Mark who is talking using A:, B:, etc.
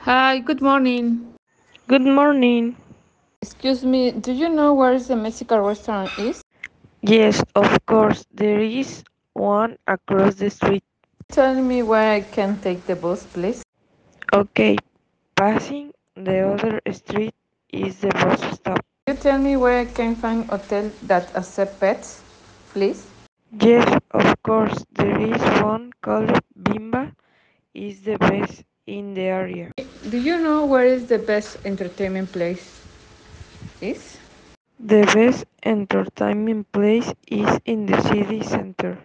A: Hi, good morning.
B: Good morning.
A: Excuse me, do you know where is the Mexican restaurant is?
B: Yes, of course, there is one across the street.
A: Tell me where I can take the bus, please.
B: Okay, passing the other street is the bus stop.
A: Can you tell me where I can find hotel that accept pets, please?
B: Yes, of course, there is one called Bimba is the best in the area.
A: Do you know where is the best entertainment place is?
B: The best entertainment place is in the city center.